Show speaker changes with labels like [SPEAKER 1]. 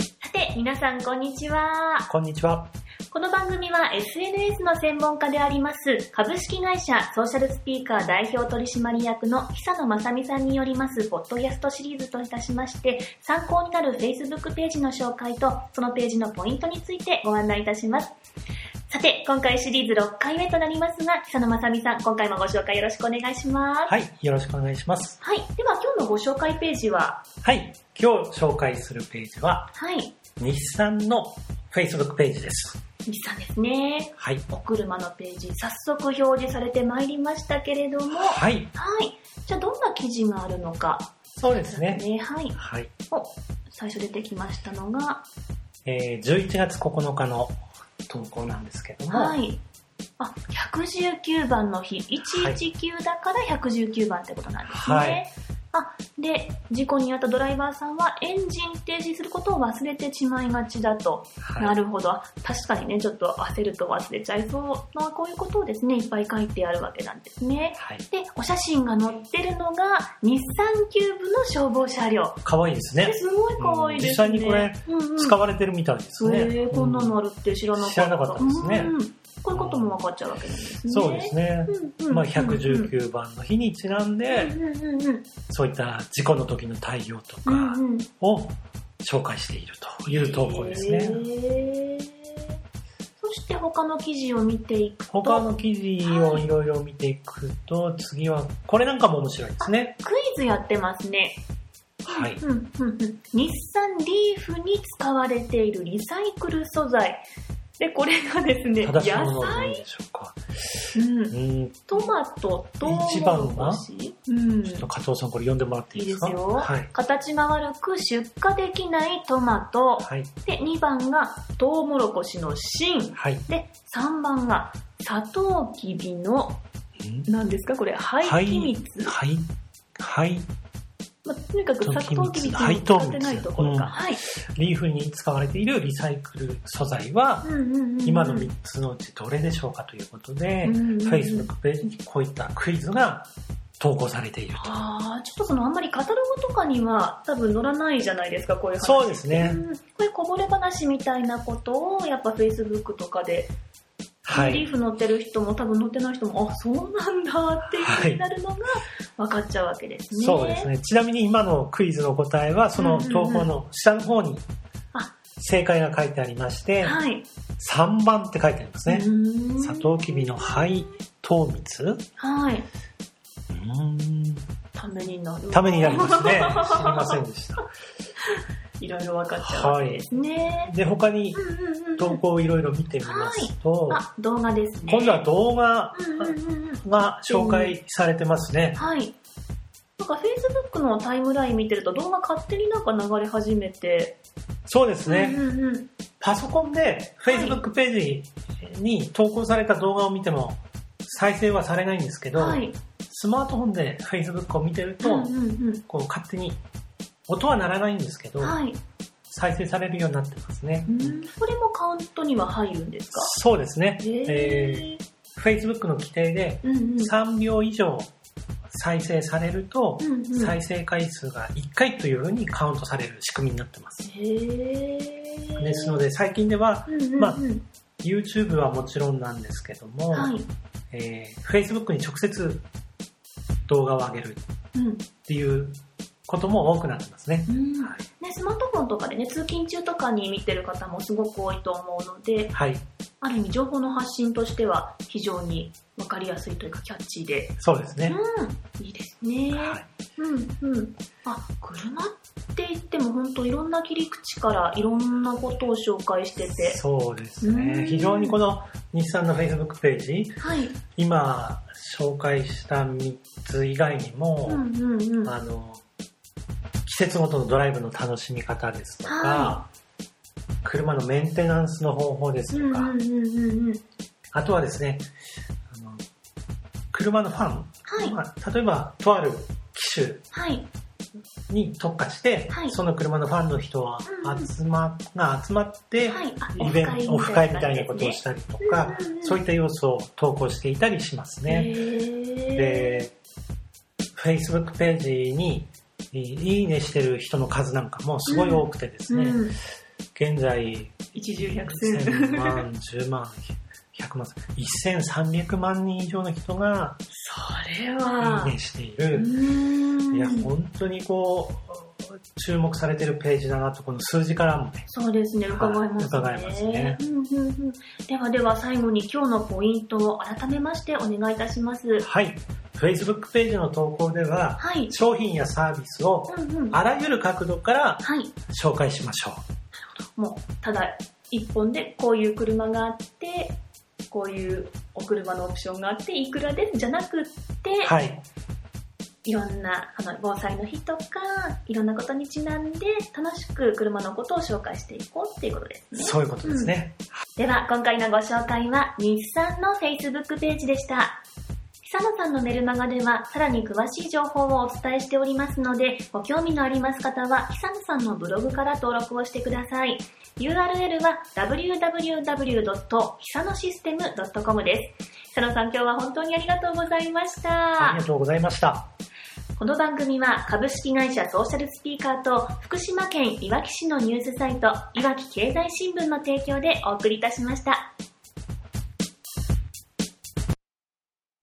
[SPEAKER 1] して皆さんこんにちは。
[SPEAKER 2] こんにちは。
[SPEAKER 1] この番組は SNS の専門家であります株式会社ソーシャルスピーカー代表取締役の久野正美さんによりますポッドキャストシリーズといたしまして参考になる Facebook ページの紹介とそのページのポイントについてご案内いたします。さて、今回シリーズ6回目となりますが、久野正美さん、今回もご紹介よろしくお願いします。
[SPEAKER 2] はい、よろしくお願いします。
[SPEAKER 1] はい。では、今日のご紹介ページは、
[SPEAKER 2] はい、今日紹介するページは、
[SPEAKER 1] はい。
[SPEAKER 2] 日産の Facebook ページです。
[SPEAKER 1] 日産ですね。
[SPEAKER 2] はい。
[SPEAKER 1] お車のページ、早速表示されてまいりましたけれども、は
[SPEAKER 2] はい、
[SPEAKER 1] い。じゃあ、どんな記事があるのか。
[SPEAKER 2] そうですね。
[SPEAKER 1] ね、はい。
[SPEAKER 2] はい。
[SPEAKER 1] お、最初出てきましたのが、
[SPEAKER 2] えー、11月9日の投稿なんですけども、
[SPEAKER 1] はい。あ、119番の日、119だから119番ってことなんですね。
[SPEAKER 2] はい
[SPEAKER 1] あ、で、事故に遭ったドライバーさんはエンジン停止することを忘れてしまいがちだと。
[SPEAKER 2] はい
[SPEAKER 1] なるほど。確かにね、ちょっと焦ると忘れちゃいそうな、こういうことをですね、いっぱい書いてあるわけなんですね。
[SPEAKER 2] はい。
[SPEAKER 1] で、お写真が載ってるのが、日産キューブの消防車両。
[SPEAKER 2] 可愛いです
[SPEAKER 1] え
[SPEAKER 2] ね。
[SPEAKER 1] すごい可愛いですね。
[SPEAKER 2] うん実際にこれ
[SPEAKER 1] うんうん、
[SPEAKER 2] 使われてるみたいですね。
[SPEAKER 1] えー、こんなのあるって知らなかった。
[SPEAKER 2] 知らなかったですね
[SPEAKER 1] うんうんこういうことも分かっちゃうわけなんです
[SPEAKER 2] うん
[SPEAKER 1] ね。
[SPEAKER 2] そうですね。
[SPEAKER 1] うんうん。
[SPEAKER 2] まあ、
[SPEAKER 1] で、
[SPEAKER 2] 119番の日にちなんで、
[SPEAKER 1] うんうん
[SPEAKER 2] そういった事故の時の対応と
[SPEAKER 1] う
[SPEAKER 2] か
[SPEAKER 1] んうん。
[SPEAKER 2] を紹介しているという投稿ですね。
[SPEAKER 1] へーそして他の記事を見ていくと、
[SPEAKER 2] 他の記事をいろいろ見ていくと、次は、これなんかも面白いですね。
[SPEAKER 1] クイズやってますね。
[SPEAKER 2] はい。
[SPEAKER 1] うんうんうん、日産リーフに使われているリサイクル素材。で、これがですね、野
[SPEAKER 2] 正しいものは
[SPEAKER 1] 菜、
[SPEAKER 2] 何でしょうか。
[SPEAKER 1] う、
[SPEAKER 2] うんーん、ち
[SPEAKER 1] トマトと、
[SPEAKER 2] 一番は
[SPEAKER 1] うん、
[SPEAKER 2] ょっと加藤さんこれ読んでもらっていいですか
[SPEAKER 1] いいですよ
[SPEAKER 2] はい。
[SPEAKER 1] 形が悪く出荷できないトマト。
[SPEAKER 2] はい。
[SPEAKER 1] で、2番がトウモロコシの芯。
[SPEAKER 2] はい。
[SPEAKER 1] で、3番がサトウキビの、
[SPEAKER 2] ん
[SPEAKER 1] 何ですかこれ、廃棄蜜。
[SPEAKER 2] はい。はい。
[SPEAKER 1] まあ、とにかくサトウキビって
[SPEAKER 2] 廃
[SPEAKER 1] いう
[SPEAKER 2] 棄蜜
[SPEAKER 1] のを使ってないところか。はい。
[SPEAKER 2] リーフに使われているリサイクル素材は、
[SPEAKER 1] うんうんうんうん
[SPEAKER 2] 今の3つのうちどれでしょうかということで、
[SPEAKER 1] うんうんうん
[SPEAKER 2] Facebook ページにこういったクイズが投稿されていると。
[SPEAKER 1] ああ、ちょっとそのあんまりカタログとかには多分載らないじゃないですか、こういう話。
[SPEAKER 2] そうですね。
[SPEAKER 1] うんこういうこぼれ話みたいなことをやっぱ Facebook とかで、
[SPEAKER 2] は
[SPEAKER 1] リー
[SPEAKER 2] い。
[SPEAKER 1] フ乗ってる人も多分乗ってない人も、あ、そうなんだっていうふうになるのが分かっちゃうわけですね。
[SPEAKER 2] そうですね。ちなみに今のクイズの答えは、その投稿の下の方に
[SPEAKER 1] あ
[SPEAKER 2] 正解が書いてありまして、
[SPEAKER 1] はい。
[SPEAKER 2] 3番って書いてありますね。
[SPEAKER 1] ね
[SPEAKER 2] サトウキビの肺糖蜜う
[SPEAKER 1] はい。
[SPEAKER 2] ーん
[SPEAKER 1] ためになる。
[SPEAKER 2] ためになりま すね。知りませんでした。
[SPEAKER 1] いろいろ分かっちゃうわけですね。
[SPEAKER 2] で、他に
[SPEAKER 1] うんうんうんうん
[SPEAKER 2] 投稿をいろいろ見てみますと、
[SPEAKER 1] あ、動画ですね。
[SPEAKER 2] 今度は動画
[SPEAKER 1] うんうんうんうん。
[SPEAKER 2] が紹介されてますね。
[SPEAKER 1] はい。なんか Facebook のタイムライン見てると動画勝手になんか流れ始めて。
[SPEAKER 2] そうですね。
[SPEAKER 1] うんうんうん。
[SPEAKER 2] パソコンで Facebook ページに投稿された動画を見ても再生はされないんですけど、
[SPEAKER 1] はい。
[SPEAKER 2] スマートフォンで Facebook を見てる
[SPEAKER 1] うん
[SPEAKER 2] と、
[SPEAKER 1] うん
[SPEAKER 2] こう勝手に音は鳴らないんですけ
[SPEAKER 1] う
[SPEAKER 2] ど
[SPEAKER 1] ん。、はい。
[SPEAKER 2] 再生されるようになってますね。
[SPEAKER 1] うんこれもカウントには入るんですか
[SPEAKER 2] そうですね。え
[SPEAKER 1] へー。
[SPEAKER 2] ー Facebook の規定で
[SPEAKER 1] うんうん。
[SPEAKER 2] 3秒以上再生されると、
[SPEAKER 1] うんうん
[SPEAKER 2] 再生回数が1回というふうにカウントされる仕組みになってます。
[SPEAKER 1] へー。
[SPEAKER 2] ですので最近では
[SPEAKER 1] うんうんうん。
[SPEAKER 2] まあ YouTube はもちろんなんですけども、
[SPEAKER 1] はい。
[SPEAKER 2] えー Facebook に直接動画を上げるっ
[SPEAKER 1] うん。
[SPEAKER 2] ていうことも多くなってますね。
[SPEAKER 1] うん
[SPEAKER 2] はい
[SPEAKER 1] ね、スマートフォンとかでね、通勤中とかに見てる方もすごく多いと思うので、
[SPEAKER 2] はい、
[SPEAKER 1] ある意味情報の発信としては非常にわかりやすいというかキャッチーで。
[SPEAKER 2] そうですね。
[SPEAKER 1] うん、いいですね。
[SPEAKER 2] はい
[SPEAKER 1] うんうん。あ、車って言っても本当いろんな切り口からいろんなことを紹介してて。
[SPEAKER 2] そうです
[SPEAKER 1] うん
[SPEAKER 2] ね。非常にこの日産の Facebook ページ、
[SPEAKER 1] はい。
[SPEAKER 2] 今紹介した3つ以外にも、
[SPEAKER 1] うんうんうん。
[SPEAKER 2] あの、季節ごとのドライブの楽しみ方ですとか、
[SPEAKER 1] は
[SPEAKER 2] 車のメンテナンスの方法です
[SPEAKER 1] うん
[SPEAKER 2] と
[SPEAKER 1] うん
[SPEAKER 2] か、
[SPEAKER 1] うんうんうん。
[SPEAKER 2] あとはですね、あの車のファン、
[SPEAKER 1] はい。
[SPEAKER 2] まあ例えばとある機種
[SPEAKER 1] はい。
[SPEAKER 2] に特化して、
[SPEAKER 1] はい
[SPEAKER 2] その車のファンの人は
[SPEAKER 1] うんうん
[SPEAKER 2] 集ま、が集まって、
[SPEAKER 1] はい。あ
[SPEAKER 2] イベント、オフ会みたいなことをしたたりとか、そうい
[SPEAKER 1] い
[SPEAKER 2] っ
[SPEAKER 1] う
[SPEAKER 2] た要素を投稿していたりします
[SPEAKER 1] 感
[SPEAKER 2] ね。
[SPEAKER 1] じですね。へー
[SPEAKER 2] で、Facebook ページにいいねしてる人の数なんかもすごい多くてですね、
[SPEAKER 1] うん
[SPEAKER 2] 現在、
[SPEAKER 1] 一重百
[SPEAKER 2] 1000
[SPEAKER 1] 数。
[SPEAKER 2] 万、10万、100万、1300万人以上の人が
[SPEAKER 1] それ
[SPEAKER 2] い
[SPEAKER 1] は。
[SPEAKER 2] いねしていうる。
[SPEAKER 1] ーん
[SPEAKER 2] いや、本当にこう、注目されてるページだなと、この数字からもね。
[SPEAKER 1] そうですね、
[SPEAKER 2] はい
[SPEAKER 1] 伺いますね。
[SPEAKER 2] 伺えますね
[SPEAKER 1] うんうんうんではでは最後に今日のポイントを改めましてお願いいたします。
[SPEAKER 2] はい。Facebook ページの投稿では、
[SPEAKER 1] はい。
[SPEAKER 2] 商品やサービスを
[SPEAKER 1] うんうん。は
[SPEAKER 2] あらゆる角度から
[SPEAKER 1] い。
[SPEAKER 2] 紹介しましょう。
[SPEAKER 1] もう、ただ、一本でこういう車があって、こういうお車のオプションがあって、いくらですじゃなくって、
[SPEAKER 2] はい。
[SPEAKER 1] いろんなあの防災の日とか、いろんなことにちなんで、楽しく車のことを紹介していこうっていうことですね。
[SPEAKER 2] そういうことですね。
[SPEAKER 1] では、今回のご紹介は、日産の Facebook ページでした。久野さんのメルマガでは、さらに詳しい情報をお伝えしておりますので、ご興味のあります方は、久野さんのブログから登録をしてください。URL は、www. 久野システム .com です。久野さん、今日は本当にありがとうございました。
[SPEAKER 2] ありがとうございました。
[SPEAKER 1] この番組は株式会社ソーシャルスピーカーと福島県いわき市のニュースサイトいわき経済新聞の提供でお送りいたしました。